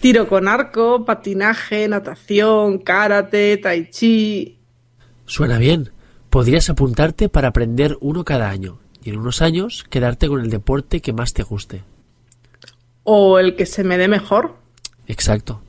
Tiro con arco, patinaje, natación, karate, tai chi. Suena bien. Podrías apuntarte para aprender uno cada año y en unos años quedarte con el deporte que más te guste. O el que se me dé mejor. Exacto.